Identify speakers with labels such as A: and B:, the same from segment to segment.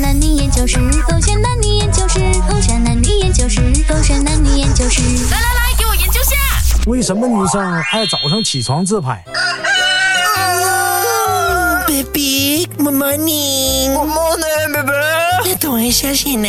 A: 男女研究室，狗选男女研究室，狗选男女研究室，狗选男女研究室。
B: 来来来，给我研究下。
C: 为什么女生爱早上起床自拍？
D: Baby, good morning。
E: morning, baby。
D: 要等我一下先呢。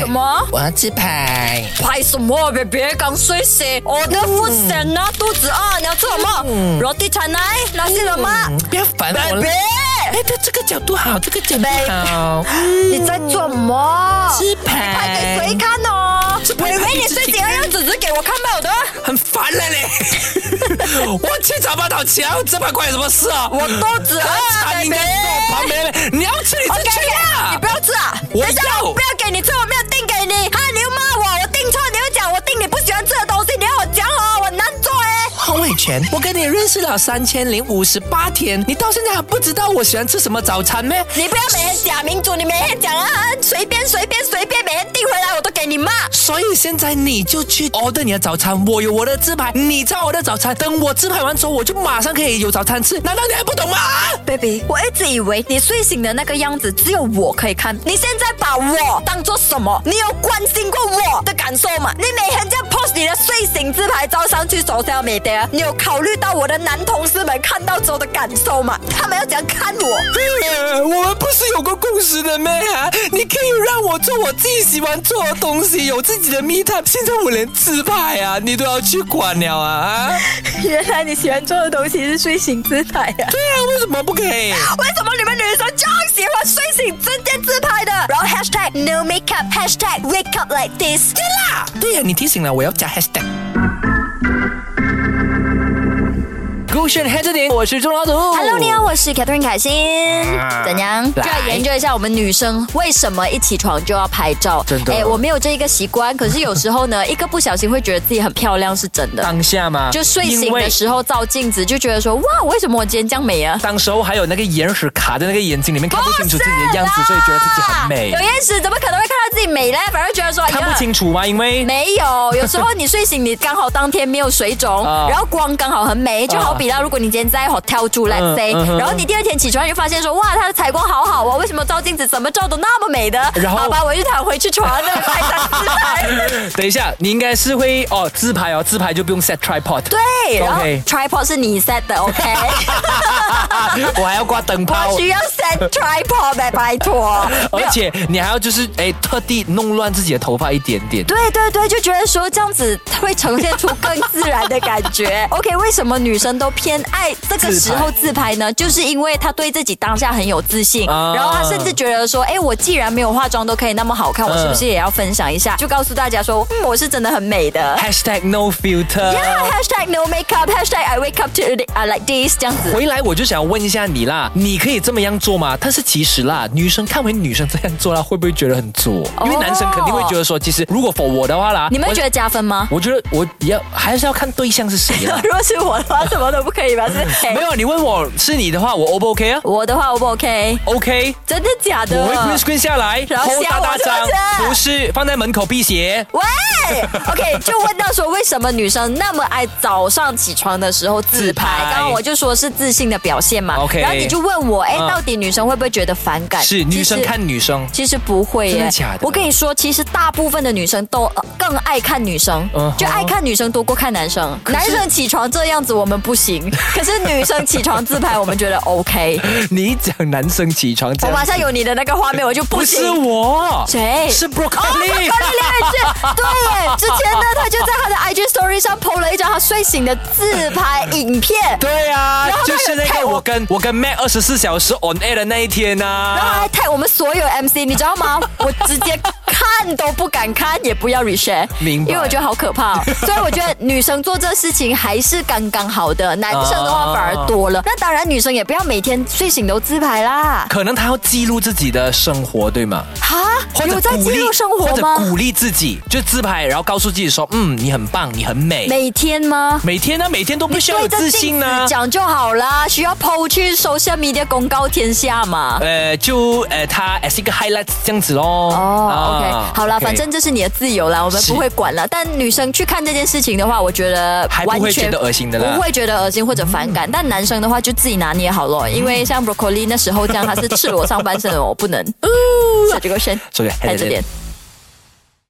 B: 什么？
D: 我要自拍。
B: 拍什么？baby 刚睡醒，我的腹醒啊，肚子饿，你要吃什么？罗蒂产奶，哪些了吗
D: 嗯不要烦我了。
B: ？baby，嗯
D: 哎，这这个角度好，这个角度好。
B: 你在做什么？
D: 自拍。
B: 拍给谁看哦？baby，你睡醒了用纸纸给我看没有的？
D: 很烦了嘞。 我起早八早起来，我自拍关你什么事啊？
B: 我肚子饿啊
D: 你
B: ，baby
D: 在。我旁边嘞，你要吃你
B: OK
D: 自己
B: OK，
D: 啊
B: 你不。要吃啊！
D: 我
B: 等一下
D: 要
B: 不要给你吃，我没有订给你。哈，你又骂我，我订错，你又讲我订你不喜欢吃的东西，你要我讲哦，我难做哎。
D: 洪伟全，我跟你认识了三千零五十八天，你到现在还不知道我喜欢吃什么早餐咩？
B: 你不要每天假民主，你每天讲啊，随便随便随便，每天订回来我都给你骂。
D: 所以现在你就去 order 你的早餐，我有我的自拍，你照我的早餐，等我自拍完之后，我就马上可以有早餐吃，难道你还不懂吗？
B: baby，我一直以为你睡醒的那个样子只有我可以看，你现在把我当做什么？你有关心过我的感受吗？你每天这样 post 你的睡醒自拍照上去social m e d 你有考虑到我的男同事们看到之后的感受吗？他们要怎样看我？
D: 呃我们不是有个共识的咩、啊？你可以让我做我自己喜欢做的东西，有自己的 me time。现在我连自拍啊，你都要去管了啊！啊
B: 原来你喜欢做的东西是睡醒自拍呀、
D: 对啊，为什么不可以？
B: 为什么你们女生就喜欢睡醒直接自拍的？然后 hashtag no makeup hashtag wake up like this。
D: 啦，对啊呀、你提醒了，我要加 hashtag。勾选 h a s h 我是钟老总。
A: Hello，你好，我是 Catherine 凯欣。怎样？
D: 哦啊来
F: 就要研究一下我们女生为什么一起床就要拍照。
D: 真的
F: 哎，我没有这一个习惯，可是有时候呢，一个不小心会觉得自己很漂亮，是真 的。
D: 当下嘛，
F: 就睡
D: 因
F: 醒
D: 为
F: 的时候照镜子，就觉得说哇，为什么我今天这样美啊？
D: 当时候还有那个眼屎卡在那个眼睛里面， 看不清楚自己的样子，所以觉得自己很美
F: 有，眼屎怎么可能会看到自己美嘞？反而觉得说
D: 看不。
F: 哎呀
D: 清楚嘛，因为
F: 没有，有时候你睡醒，你刚好当天没有水肿，
D: 啊
F: 然后光刚好很美，就好比啦，如果你今天在 hotel 住
D: 嗯
F: let's say，、
D: 嗯哼
F: 然后你第二天起床你就发现说，哇，它的采光好好哦，为什么照镜子怎么照都那么美的？
D: 然后
F: 好吧，我就躺回去床 那里拍张自拍。
D: 等一下，你应该是会哦自拍哦，自拍就不用 set tripod。
F: 对，然后
D: OK
F: tripod 是你 set 的，OK，
D: 啊， 我还要挂灯泡
F: 我。需要 set tripod 呗，拜托。
D: 而且你还要就是哎，特地弄乱自己的头发一点点。
F: 对对对，就觉得说这样子会呈现出更自然的感 觉。OK，为什么女生都偏爱这个时候自拍呢？就是因为她对自己当下很有自信，
D: 啊
F: 然后她甚至觉得说，哎，我既然没有化妆都可以那么好
D: 嗯
F: 看，我是不是也要分享一下？就告诉大家说，嗯，我是真的很 美的。
D: Hashtag no filter。
F: Yeah, hashtag no makeup, hashtag I wake up to I like this 这样子。
D: 回来我就想问一下你啦，你可以这么样做吗？但是其实啦，女生看回女生这样做啦，会不会觉得很作？因为男生肯定会觉得说，其实如果否我的话啦，
F: 哦你们
D: 我
F: 觉得？加分吗？。
D: 我觉得我也要还是要看对象是谁啦
F: 如果是我的话，什么都不可以吧？是 谁
D: 没有，你问我是你的话，我 O 不 OK 啊
F: 我的话，O 不 OK？
D: ？OK，
F: 真的假的？
D: 我会 green screen 下来，
F: 然后
D: hold
F: 吓
D: 大
F: 我
D: 大张
F: 是不，是
D: 不是放在门口辟邪。
F: 喂，OK，就 问到说为什么女生那么爱早上起床的时候自
D: 自拍
F: 拍？刚刚我就说是自信的表现嘛。
D: OK
F: 然后你就问我，哎，
D: 嗯
F: 到底女生会不会觉得反感？
D: 是
F: 其实
D: 女生。看女生，
F: 哎其实不会耶，
D: 真的假的
F: 我跟你说，其实大部分的女生都、呃更爱看女生
D: 嗯哼
F: 就爱看女生多过看男生。男生起床这样子我们 不行，可是女生起床自拍我们觉得 OK。
D: 你一讲男生起床这
F: 我马
D: 样，
F: 上有你的那个画面，我就不
D: 不
F: 行。
D: 是我，
F: 谁
D: 是
F: 哦
D: broccoli。
F: 高丽丽是， 对耶，之前呢，他就在他的 IG Story 上 PO 了一张他睡醒的自拍影片。
D: 对啊
F: 然后，他
D: 就是那
F: 有 tag
D: 个
F: 我
D: 我跟我跟 Mac 二十四小时 on air 的那一天啊呐、
F: 然后还 tag 我们所有 MC，你知 道吗？我直接看都不敢看，也不要 reshare，
D: 明白
F: 因为我觉得好 可怕哦、所以我觉得女生做这事情还是刚刚好的，男生的
D: 啊
F: 话反而多了。那当然，女生也不要每天睡醒都自拍啦。
D: 可能他要记录自己的生活，对吗？
F: 哈，
D: 或者
F: 有在
D: 鼓
F: 记
D: 励
F: 录生活
D: 或者
F: 吗
D: 鼓励自己，就自拍，然后告诉自己说，嗯，你很棒，你很美。
F: 每天吗？
D: 每天呢、啊每天都必须要有
F: 对着
D: 自
F: 镜
D: 信啊
F: 子
D: 呢、
F: 讲就好啦，需要 PO 去 social media 公告天下嘛。
D: 呃，就呃，它呃是一个 highlight 这样子咯。
F: 哦、o
D: 啊
F: k 好啦
D: OK
F: 反正这是你的自由啦，我们
D: 是
F: 不会管了。但女生去看这件事情的话，我觉得
D: 还不
F: 完
D: 会
F: 全
D: 觉得恶心的啦嗯
F: 不会觉得恶心或者反感。但男生的话就自己拿捏好咯，因为像 broccoli 那时候这样，他是赤裸上半身的，我不能。呃，这个身
D: 嗯所以
F: 在这边。